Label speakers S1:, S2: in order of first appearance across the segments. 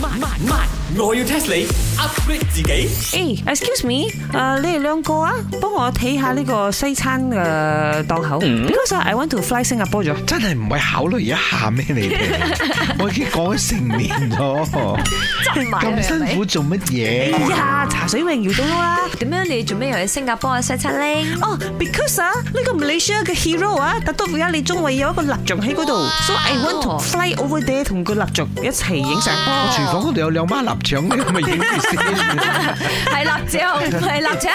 S1: 慢慢慢，我要 test 你 upgrade 自己。
S2: 诶、e x c u s e me，誒、你哋兩個啊，幫我睇下呢個西餐嘅檔口、b e c a u s e I want to fly Singapore 咗。
S3: 真係唔會考慮一下咩你 哋？我已經講咗成年咗，
S4: 執埋
S3: 咁
S4: 佢係
S3: 辛
S4: 咪
S3: 苦做乜嘢？
S2: 哎呀，茶水榮搖到我啦！
S4: 點樣你做咩又喺新加坡嘅西餐呢？
S2: 哦、b e c a u s e 啊，呢個 Malaysia 嘅 hero 啊，特督而家李宗偉有一個蠟像喺嗰度，so I want to fly over there 同個蠟像一齊影相。
S3: 我廚房嗰度有兩孖臘腸，你咪影住先。
S4: 係臘腸，唔係臘腸。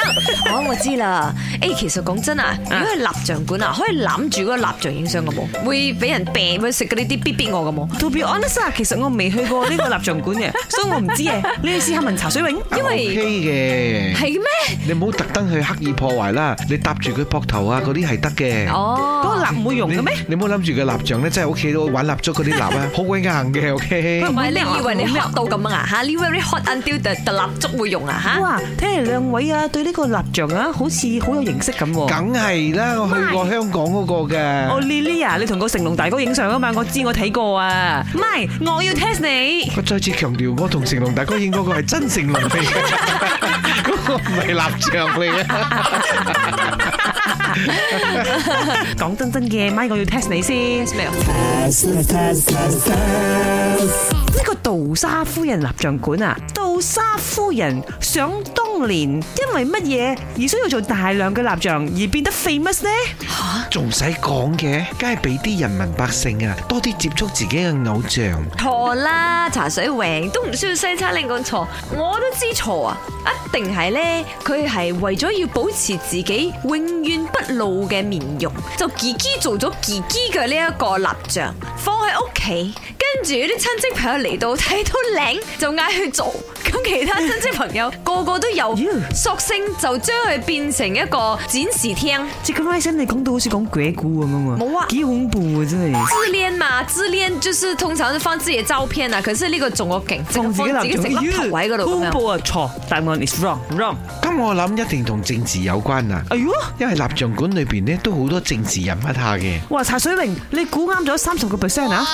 S4: 哦，我知啦。誒，其實講真啊，如果係蠟像館啊，可以攬住嗰個蠟像影相嘅冇，會俾人病，會食嗰啲啲逼逼我嘅冇。
S2: To be honest 啊，其實我未去過呢個蠟像館嘅， 所以我唔知嘅。你哋試下問茶水榮。
S3: Oh。
S4: 因為
S3: OK 嘅，
S4: 係咩？
S3: 你唔好特登去刻意破壞啦。你搭住佢膊頭啊，嗰啲係得嘅。
S2: 嗰個
S4: 哦，
S2: 蠟唔會用嘅咩？
S3: 你唔好諗住個蠟像咧，真係屋企都玩蠟燭嗰啲蠟啊，好鬼硬嘅。OK，
S4: 唔係
S2: 咩啊
S4: 你以為你 hot 到咁啊嚇？你 à, very hot until the the 蠟燭會用啊嚇？
S2: 哇！睇嚟兩位啊，對呢個蠟像啊，好似好有認識咁喎。
S3: 梗係啦，我去過香港嗰個
S2: 哦
S3: 嘅。
S2: ，Lily 啊，你同個成龍大哥影相啊嘛，我知我睇過啊。唔係，我要 test 你。
S3: 我再次強調，我同成龍大哥影嗰個係真成龍嚟嘅，嗰個唔係蠟像嚟嘅。
S2: 講真真嘅，咪我要 test 你先。
S4: 咩啊？
S2: 呢個杜莎夫人蠟像館啊，杜莎夫人想當年因為乜嘢而需要做大量嘅蠟像而變得 famous 呢？
S3: 仲使講嘅，梗係俾啲人民百姓啊多啲接觸自己嘅偶像。
S4: 錯啦，茶水榮都唔需要西餐令講錯，我都知錯啊！一定係咧，佢係為咗要保持自己永遠不老嘅面容，就自己做咗自己嘅呢一個蠟像，放喺屋企。跟住啲親戚朋友嚟到睇到靚就嗌去做，咁其他親戚朋友個個都有
S2: Yeah，
S4: 索性就將佢變成一個展示廳。
S2: 即咁 r i s o n 你講到好似講鬼故咁樣啊！
S4: 冇啊
S2: 幾恐怖啊真係。
S4: 自戀嘛，自戀就是通常都放自己嘅照片啊，可是呢個仲我勁，
S2: 放自己
S4: 放
S2: 蠟
S4: 自己
S2: 像，
S4: 成粒頭喺嗰度咁
S2: 恐
S4: 樣。
S2: 怖啊！錯，答案 is wrong wrong。
S3: 咁我諗一定同政治有關啊，
S2: 哎呦！
S3: 因為蠟像館裏邊呢都好多政治人物下嘅。
S2: 哇！茶水榮，你估啱咗三十個 percent 啊！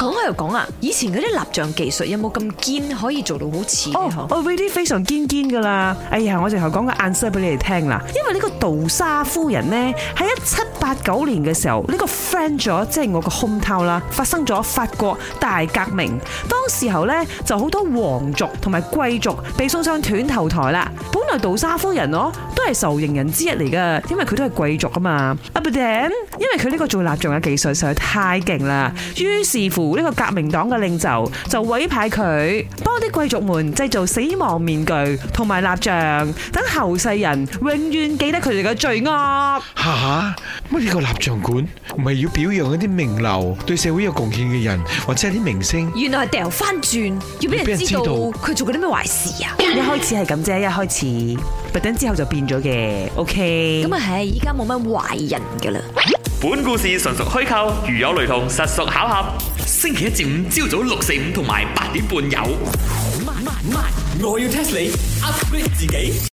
S4: 誒，講開又講啊，以前嗰啲蠟像技術有冇咁堅，可以做到好似嘅
S2: 哦
S4: 嗬？
S2: 我 ready 非常堅堅噶啦。哎呀，我直頭講個 answer 俾你哋聽啦。因為呢個杜莎夫人呢，喺一七八九年嘅時候，呢、個 friend 咗，即係我個 home town 啦，發生咗法國大革命。當時候呢，就好多皇族同埋貴族被送上斷頭台啦。本來杜莎夫人咯，都係受刑人之一嚟噶，因為佢都係貴族啊嘛。啊 b u then，因為佢呢個做蠟像嘅技術實在太勁啦，於是乎呢個革命黨嘅領袖就委派佢幫啲貴族們製造死亡面具同埋蠟像，等後世人永遠記得佢哋嘅罪惡。
S3: 吓吓乜呢個蠟像館唔係要表揚一啲名流對社會有貢獻嘅人，或者係啲明星？
S4: 原來係掉翻轉，要俾
S3: 要俾人
S4: 人知道
S3: 知道
S4: 佢做過啲咩壞事啊！
S2: 一開始係咁啫，一開始，b u 等之後就變咗嘅。OK，
S4: 咁啊，係依家冇乜壞人㗎啦。
S1: 本故事純屬虛構，如有雷同，實屬巧合。星期一至五朝早六四五同埋八點半有。慢慢慢，我要 test 你 upgrade 自己。